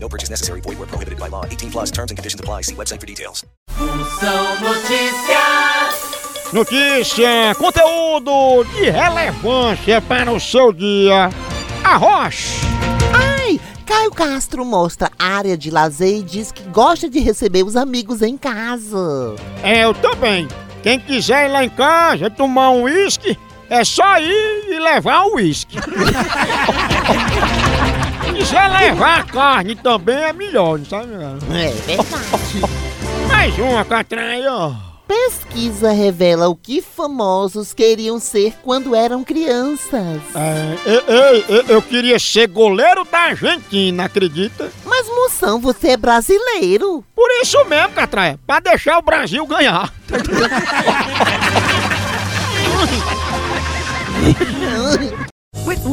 No purchase necessary. Void where prohibited by law. 18 plus terms and conditions apply. See website for details. São notícias. Notícia, conteúdo de relevância para o seu dia. A Roche. Ai, Caio Castro mostra área de lazer e diz que gosta de receber os amigos em casa. É, Eu também. Quem quiser ir lá em casa tomar um uísque, é só ir e levar o uísque. Se quiser levar a carne também é melhor, não sabe? É verdade. Mais uma, Catraia. Pesquisa revela o que famosos queriam ser quando eram crianças. É, eu, eu- eu- eu queria ser goleiro da Argentina, acredita? Mas, moção, você é brasileiro. Por isso mesmo, Catraia, pra deixar o Brasil ganhar. With